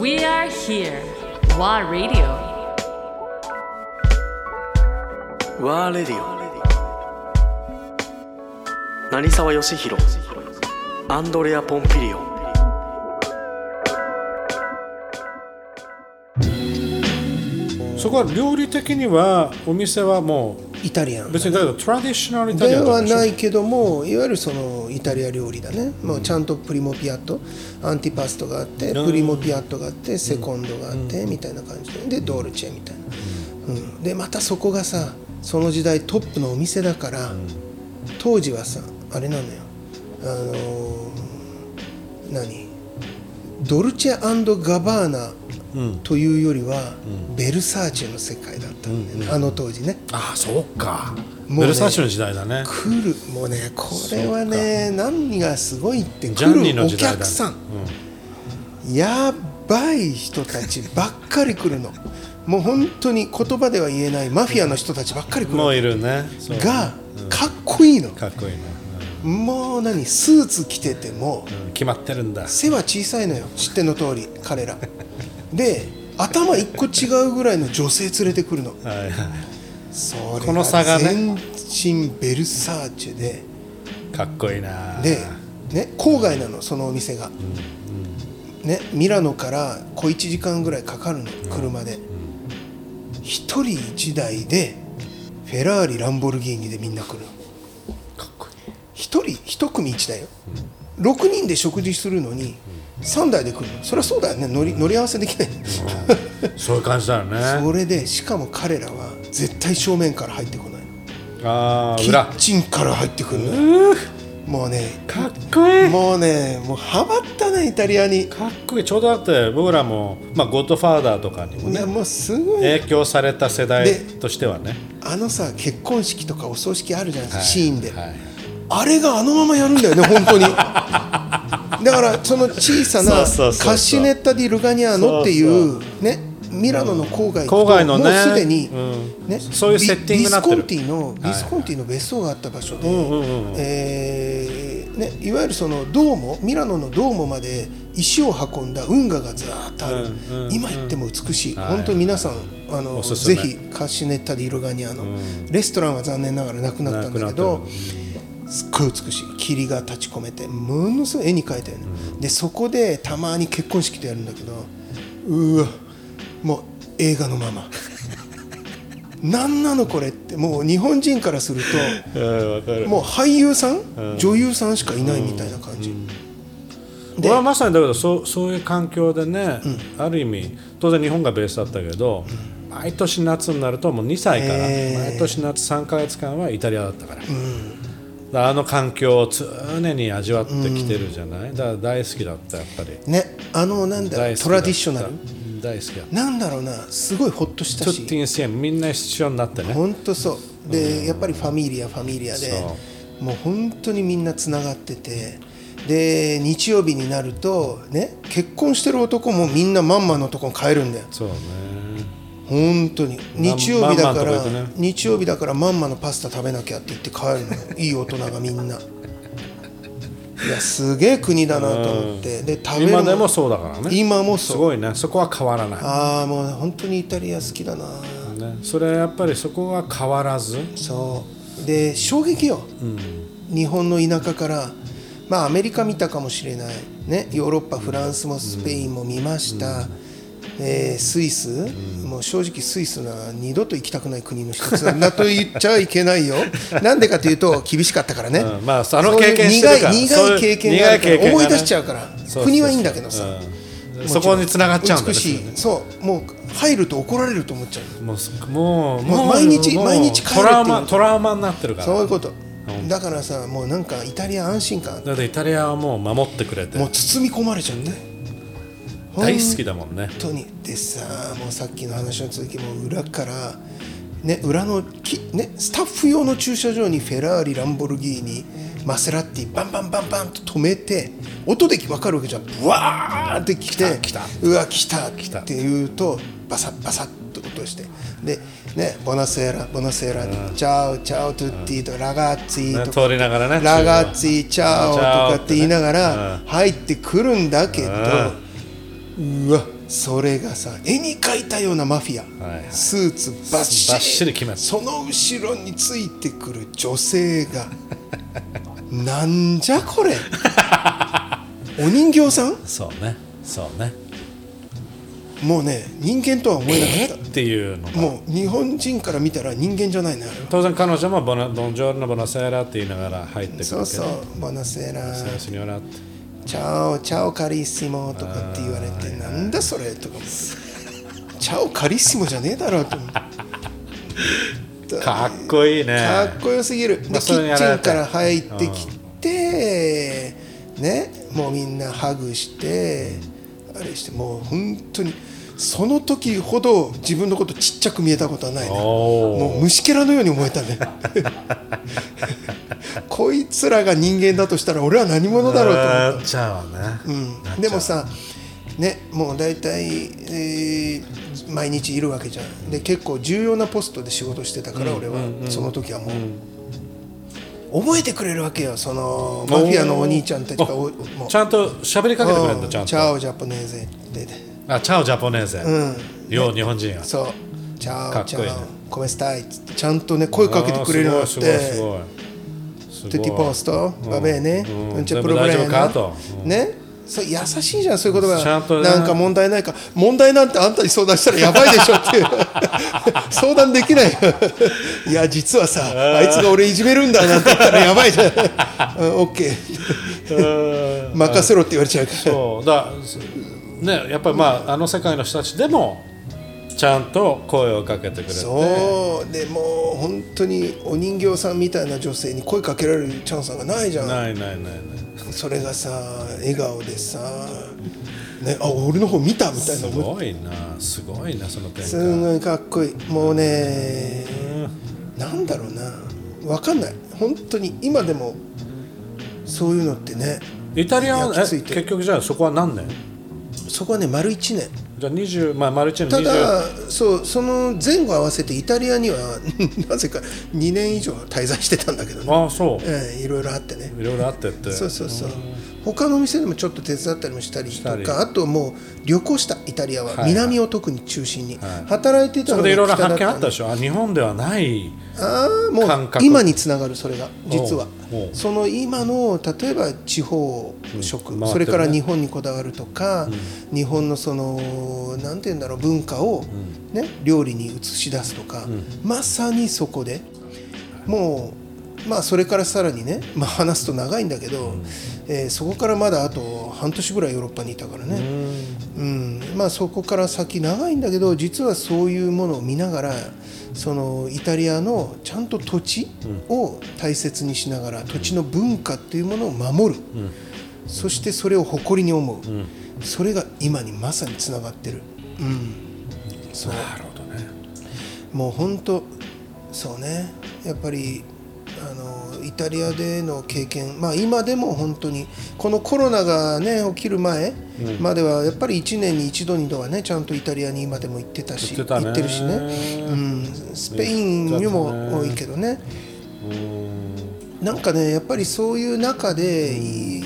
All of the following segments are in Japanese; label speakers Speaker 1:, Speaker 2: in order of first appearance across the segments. Speaker 1: We are here. WA Radio.
Speaker 2: ワーレディオ成沢義弘アンドレア・ポンピリオ
Speaker 3: そこは料理的にはお店はも
Speaker 4: イタリア
Speaker 3: う
Speaker 4: ン
Speaker 3: 別にだけどトラディショナルイタリ
Speaker 4: で
Speaker 3: アンと
Speaker 4: は
Speaker 3: かでしょ
Speaker 4: ないけどもいわゆるそのイタリア料理だね、もうちゃんとプリモピアットアンティパストがあってプリモピアットがあってセコンドがあって、みたいな感じででドルチェみたいな、うん、でまたそこがさその時代トップのお店だから、当時はさあれなのよあのー何ドルチェガバーナというよりは、ベルサーチェの世界だったんだよね、あの当時ね
Speaker 3: ああそうか
Speaker 4: もうね
Speaker 3: ベルサーチェの時代だね
Speaker 4: 来るもうねこれはね何がすごいって
Speaker 3: ジャン
Speaker 4: 来
Speaker 3: ニー
Speaker 4: る
Speaker 3: の
Speaker 4: お
Speaker 3: 時代だ
Speaker 4: 客さん、やばい人たちばっかり来るのもう本当に言葉では言えないマフィアの人たちばっかり来る
Speaker 3: も
Speaker 4: の
Speaker 3: ういるねそう
Speaker 4: がかっこいいの
Speaker 3: かっこいいね、
Speaker 4: もう何スーツ着てても
Speaker 3: うんうん決まってるんだ
Speaker 4: 背は小さいのよ知っての通り彼らで頭一個違うぐらいの女性連れてくるの
Speaker 3: はいはい
Speaker 4: そ
Speaker 3: こ
Speaker 4: れ
Speaker 3: の差が
Speaker 4: が
Speaker 3: ね
Speaker 4: 全身ベルサーチェで
Speaker 3: かっこいいな
Speaker 4: で、ね、郊外なのそのお店が、ね、ミラノから小1時間ぐらいかかるの車で、一1人1台でフェラーリランボルギーニでみんな来るの
Speaker 3: かっこいい
Speaker 4: 一人一組1台よ、6人で食事するのに3台で来るのそりゃそうだよね乗り乗り合わせできない、
Speaker 3: そういう感じだよね
Speaker 4: それでしかも彼らは絶対正面から入ってこないの
Speaker 3: ああ
Speaker 4: キ
Speaker 3: 裏
Speaker 4: ッチンから入ってくるのよもうね
Speaker 3: かっこいい
Speaker 4: もうねもうはまったねイタリアに
Speaker 3: かっこいいちょうどだって僕らも、まあ、ゴッドファーダーとかにも
Speaker 4: い
Speaker 3: ね
Speaker 4: やもうすごい
Speaker 3: 影響された世代
Speaker 4: で
Speaker 3: としてはね
Speaker 4: あのさ結婚式とかお葬式あるじゃないですか、
Speaker 3: はい
Speaker 4: シーンで、
Speaker 3: はい
Speaker 4: あれがあのままやるん だよね本当にだからその小さな
Speaker 3: そうそうそうそう
Speaker 4: カシネッタ・ディ・ルガニアーノっていうねミラノの郊外
Speaker 3: 郊外のね
Speaker 4: もうすでに、
Speaker 3: うん
Speaker 4: ね
Speaker 3: そういうセッティングになってる
Speaker 4: ビビスコンティのビスコンティの別荘があった場所で、
Speaker 3: んうんうん
Speaker 4: えーね、いわゆるそのドーモミラノのドーモまで石を運んだ運河がずらーっとある、
Speaker 3: うんうんうん
Speaker 4: 今行っても美しい、
Speaker 3: はい
Speaker 4: 本当に皆さんあの
Speaker 3: おすすめ
Speaker 4: ぜひカシネッタ・ディ・ルガニアの、レストランは残念ながらなくなったんだけ
Speaker 3: なくな
Speaker 4: ど
Speaker 3: っ
Speaker 4: すっごい美しい霧が立ち込めてものすごい絵に描いたよね、でそこでたまに結婚式とやるんだけどうわもう映画のま まなんなのこれってもう日本人からする
Speaker 3: うんわか
Speaker 4: と
Speaker 3: る
Speaker 4: もう俳優さん、女優さんしかいないみたいな感じ、で
Speaker 3: 俺はまさにだけどそうそういう環境でね、ある意味当然日本がベースだったけど、毎年夏になるともう2歳から、
Speaker 4: えー
Speaker 3: 毎年夏3か月間はイタリアだったから、だからあの環境を常に味わってきてるじゃない、だから大好きだったやっぱり
Speaker 4: ねあのなんだろ
Speaker 3: 大
Speaker 4: う
Speaker 3: 好きだった
Speaker 4: トラディショナル
Speaker 3: 大好きだった
Speaker 4: なんだろうなすごいほっとした
Speaker 3: ちょっと
Speaker 4: し
Speaker 3: ティンセンみんな必要になってね
Speaker 4: 本当そうで、やっぱりファミリアファミリアで
Speaker 3: そ
Speaker 4: もう本当にみんなつながっててで日曜日になるとね結婚してる男もみんなまんまのとこに帰るんだよ
Speaker 3: そうね
Speaker 4: 本当に日曜日だ
Speaker 3: ま
Speaker 4: か
Speaker 3: んまの
Speaker 4: ら
Speaker 3: とこ行くね
Speaker 4: 日曜日だからまんまのパスタ食べなきゃって言って帰るのいい大人がみんないやすげえ国だなと思ってで食べる
Speaker 3: 今でもそうだからね
Speaker 4: 今も
Speaker 3: す
Speaker 4: そう
Speaker 3: ごいねそこは変わらない
Speaker 4: ああもう本当にイタリア好きだな
Speaker 3: ね、それはやっぱりそこは変わらず
Speaker 4: そうで衝撃よ、日本の田舎からまあアメリカ見たかもしれない、ね、ヨーロッパフランスもスペインも見ました、えースイス、もう正直スイスは二度と行きたくない国の一つなんだと言っちゃいけ ないよなんでかというと厳しかったからね、
Speaker 3: うんまああの経験
Speaker 4: そういう
Speaker 3: してるから
Speaker 4: 苦い
Speaker 3: そうい
Speaker 4: 苦
Speaker 3: う
Speaker 4: い経験があるか
Speaker 3: 苦
Speaker 4: ら
Speaker 3: い経験が
Speaker 4: 思
Speaker 3: ね
Speaker 4: い出しちゃうから
Speaker 3: そうそうそう
Speaker 4: 国はいいんだけどさ、
Speaker 3: うんそこに繋がっちゃうんだ
Speaker 4: 美しい、
Speaker 3: 別
Speaker 4: そうもう入ると怒られると思っちゃう
Speaker 3: もうそもう
Speaker 4: もう毎日毎日帰るっていう
Speaker 3: トラウマトラウマになってるから
Speaker 4: そういうこと、だからさもうなんかイタリア安心感
Speaker 3: だってイタリアはもう守ってくれて
Speaker 4: もう包み込まれちゃって
Speaker 3: 大好きだもんね
Speaker 4: 本当にでさもうさっきの話の続きもう裏からね裏のきねスタッフ用の駐車場にフェラーリランボルギーニマセラッティバンバンバンバンと止めて音で分かるわけじゃんブワーって来て
Speaker 3: 来た来
Speaker 4: うわ来た
Speaker 3: た
Speaker 4: って言うとバサッバサッと音してでねボナセーラボナセーラチャオチャオトゥッティとラガッツィ
Speaker 3: ね
Speaker 4: とか
Speaker 3: 通りながらね
Speaker 4: ラガッツィチャオとかって言いながら入ってくるんだけど、うわそれがさ絵に描いたようなマフィア、
Speaker 3: はいはい
Speaker 4: スーツバッシリ
Speaker 3: バッシリ決まって
Speaker 4: その後ろについてくる女性が なんじゃこれお人形さん
Speaker 3: そうねそうね
Speaker 4: もうね人間とは思えなかっ
Speaker 3: っていうの
Speaker 4: た
Speaker 3: が
Speaker 4: もう日本人から見たら人間じゃないのよあれは
Speaker 3: 当然彼女もボナ「ドンジョルノボナセーラ」って言いながら入ってくるけど
Speaker 4: そうそうボナセラ
Speaker 3: そうシニョラって
Speaker 4: チャオチャオカリッシモとかって言われてなんだそれとかもチャオカリッシモじゃねえだろうと思って
Speaker 3: かっこいいね
Speaker 4: かっこよすぎる、で
Speaker 3: まあ
Speaker 4: キ
Speaker 3: それにや
Speaker 4: ッチ
Speaker 3: られ
Speaker 4: ン
Speaker 3: て
Speaker 4: から入ってきて、ねもうみんなハグしてあれしてもう本当にその時ほど自分のことちっちゃく見えたことはないね
Speaker 3: おー
Speaker 4: もう虫けらのように思えたね こいつらが人間だとしたら俺は何者だろうと思った
Speaker 3: なっちゃうわね、
Speaker 4: うん、でもさねもう大体、えー毎日いるわけじゃんで結構重要なポストで仕事してたから、俺は、その時はもう、覚えてくれるわけよそのマフィアのお兄ちゃんたちがお
Speaker 3: お
Speaker 4: もう
Speaker 3: ちゃんと喋りかけてくれるんだ
Speaker 4: うん
Speaker 3: ちゃん
Speaker 4: チャ
Speaker 3: と
Speaker 4: オジャポネーゼ」ってね
Speaker 3: あチャオジャポネーゼ、
Speaker 4: う
Speaker 3: よう日本人は
Speaker 4: そう「チャ
Speaker 3: か
Speaker 4: オ
Speaker 3: っ
Speaker 4: チ
Speaker 3: こいいね
Speaker 4: ャオコメスタイ」つってちゃんとね声かけてくれるようになって
Speaker 3: すごいすごいすごい
Speaker 4: トゥティポスト、
Speaker 3: うん
Speaker 4: バベーね、
Speaker 3: うん
Speaker 4: うんちゃ
Speaker 3: 全
Speaker 4: プ
Speaker 3: 部
Speaker 4: ロ
Speaker 3: 大
Speaker 4: ブ
Speaker 3: 丈
Speaker 4: レー
Speaker 3: 夫
Speaker 4: ナ
Speaker 3: かと、
Speaker 4: ね、そう優しいじゃん、そういう言葉が。
Speaker 3: ちゃんとね
Speaker 4: なんか問題ないか、問題なんてあんたに相談したらやばいでしょっていう、 相談できない、いや、実はさ、あいつが俺いじめるんだなんて言ったらや ばいじゃん、うん、オッケー、任せろって言われちゃうから、
Speaker 3: そうだねやっぱりまああの世界の人たちでもちゃんと声をかけてくれて
Speaker 4: そう、でもう本当にお人形さんみたいな女性に声かけられるチャンスがないじゃん。
Speaker 3: ないないないない
Speaker 4: それがさ笑顔でさ、ね、あ俺の方見たみたい
Speaker 3: す
Speaker 4: な思っ
Speaker 3: ごいなすごいなその展
Speaker 4: て
Speaker 3: 開
Speaker 4: すごいかっこいいもうねなんだろうな分かんない本当に今でもそういうのってね
Speaker 3: イタリアはえ
Speaker 4: 焼き付いて
Speaker 3: 結局じゃあそこは何年
Speaker 4: そこはね丸1年
Speaker 3: じゃあ20まあマルチーノ
Speaker 4: た
Speaker 3: 20
Speaker 4: だそうその前後合わせてイタリアには なぜか2年以上滞在してたんだけどね、
Speaker 3: ああそ
Speaker 4: ええいろいろあってね
Speaker 3: ういろいろあってって
Speaker 4: そうそうそう他の店でもちょっと手伝ったりもしたり
Speaker 3: た
Speaker 4: と
Speaker 3: り
Speaker 4: かあともう旅行したイタリアは、
Speaker 3: はい
Speaker 4: 南を特に中心に、
Speaker 3: はい
Speaker 4: 働いてた
Speaker 3: そ
Speaker 4: の
Speaker 3: こ
Speaker 4: が
Speaker 3: でいろいろ
Speaker 4: 北だ
Speaker 3: 発見あ
Speaker 4: の
Speaker 3: ったでしょあ日本ではない
Speaker 4: ああも
Speaker 3: 感
Speaker 4: う
Speaker 3: 覚
Speaker 4: 今につながるそれが実は
Speaker 3: おうおう
Speaker 4: その今の例えば地方食、
Speaker 3: うん回ってるね
Speaker 4: それから日本にこだわるとか、日本のそのなんて言うんだろう文化を、ね料理に映し出すとか、まさにそこでもうまあそれからさらにね、まあ、話すと長いんだけど、えーそこからまだあと半年ぐらいヨーロッパにいたからね。うんまあ、そこから先長いんだけど実はそういうものを見ながらそのイタリアのちゃんと土地を大切にしながら、土地の文化っていうものを守る、そしてそれを誇りに思う、それが今にまさにつながってる、うん、そう
Speaker 3: なるほどね
Speaker 4: もう本当そうねやっぱりあのイタリアでの経験、まあ、今でも本当にこのコロナが、ね、起きる前まではやっぱり1年に1度2度はねちゃんとイタリアに今でも行ってたし
Speaker 3: 行ってたね
Speaker 4: ってるしね、うん、スペインにも多いけどねなんかねやっぱりそういう中で、い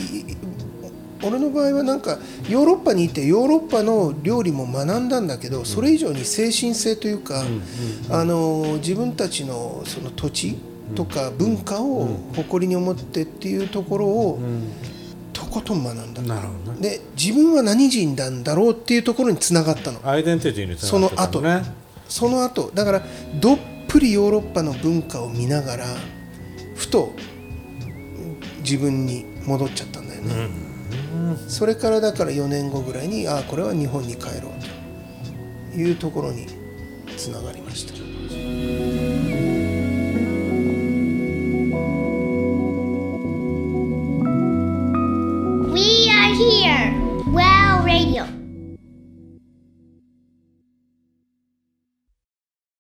Speaker 4: 俺の場合はなんかヨーロッパにいてヨーロッパの料理も学んだんだけどそれ以上に精神性というか、あの自分たちのその土地とか文化を誇りに思ってっていうところをとことん学んだ、
Speaker 3: なるほどね
Speaker 4: で自分は何人なんだろうっていうところにつながったの
Speaker 3: アイデンティティにつ
Speaker 4: そ
Speaker 3: なが
Speaker 4: の
Speaker 3: ってた
Speaker 4: 後
Speaker 3: もんね
Speaker 4: その後だからどっぷりヨーロッパの文化を見ながらふと自分に戻っちゃったんだよね、それからだから4年後ぐらいにああこれは日本に帰ろうというところにつながりました